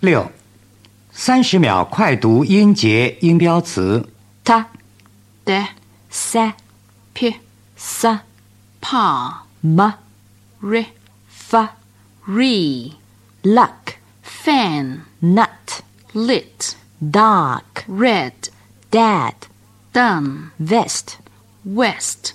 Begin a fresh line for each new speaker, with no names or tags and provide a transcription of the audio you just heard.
六，三十秒快读音节、音标词。
ta de se pi sa pa ma ri fa re
luck,
fan
nut,
lit
dark,
red
dad,
done
vest,
west